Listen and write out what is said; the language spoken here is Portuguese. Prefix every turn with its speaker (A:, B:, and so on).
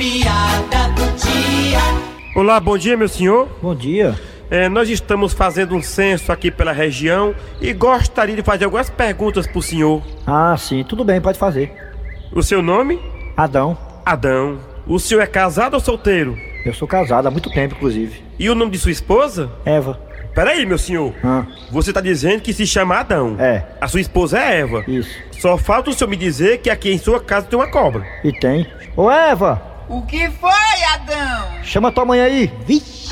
A: piada do dia.
B: Olá, bom dia, meu senhor.
C: Bom dia.
B: É, nós estamos fazendo um censo aqui pela região e gostaria de fazer algumas perguntas para o senhor.
C: Ah, sim, tudo bem, pode fazer.
B: O seu nome?
C: Adão,
B: Adão. O senhor é casado ou solteiro?
C: eu sou casado há muito tempo, inclusive.
B: E o nome de sua esposa?
C: Eva.
B: Peraí, meu senhor.
C: Ah,
B: Você tá dizendo que se chama Adão.
C: É.
B: A sua esposa é Eva.
C: isso.
B: Só falta o senhor me dizer que aqui em sua casa tem uma cobra.
C: E tem. Ô Eva,
D: O que foi, Adão?
C: chama tua mãe aí. Vixe.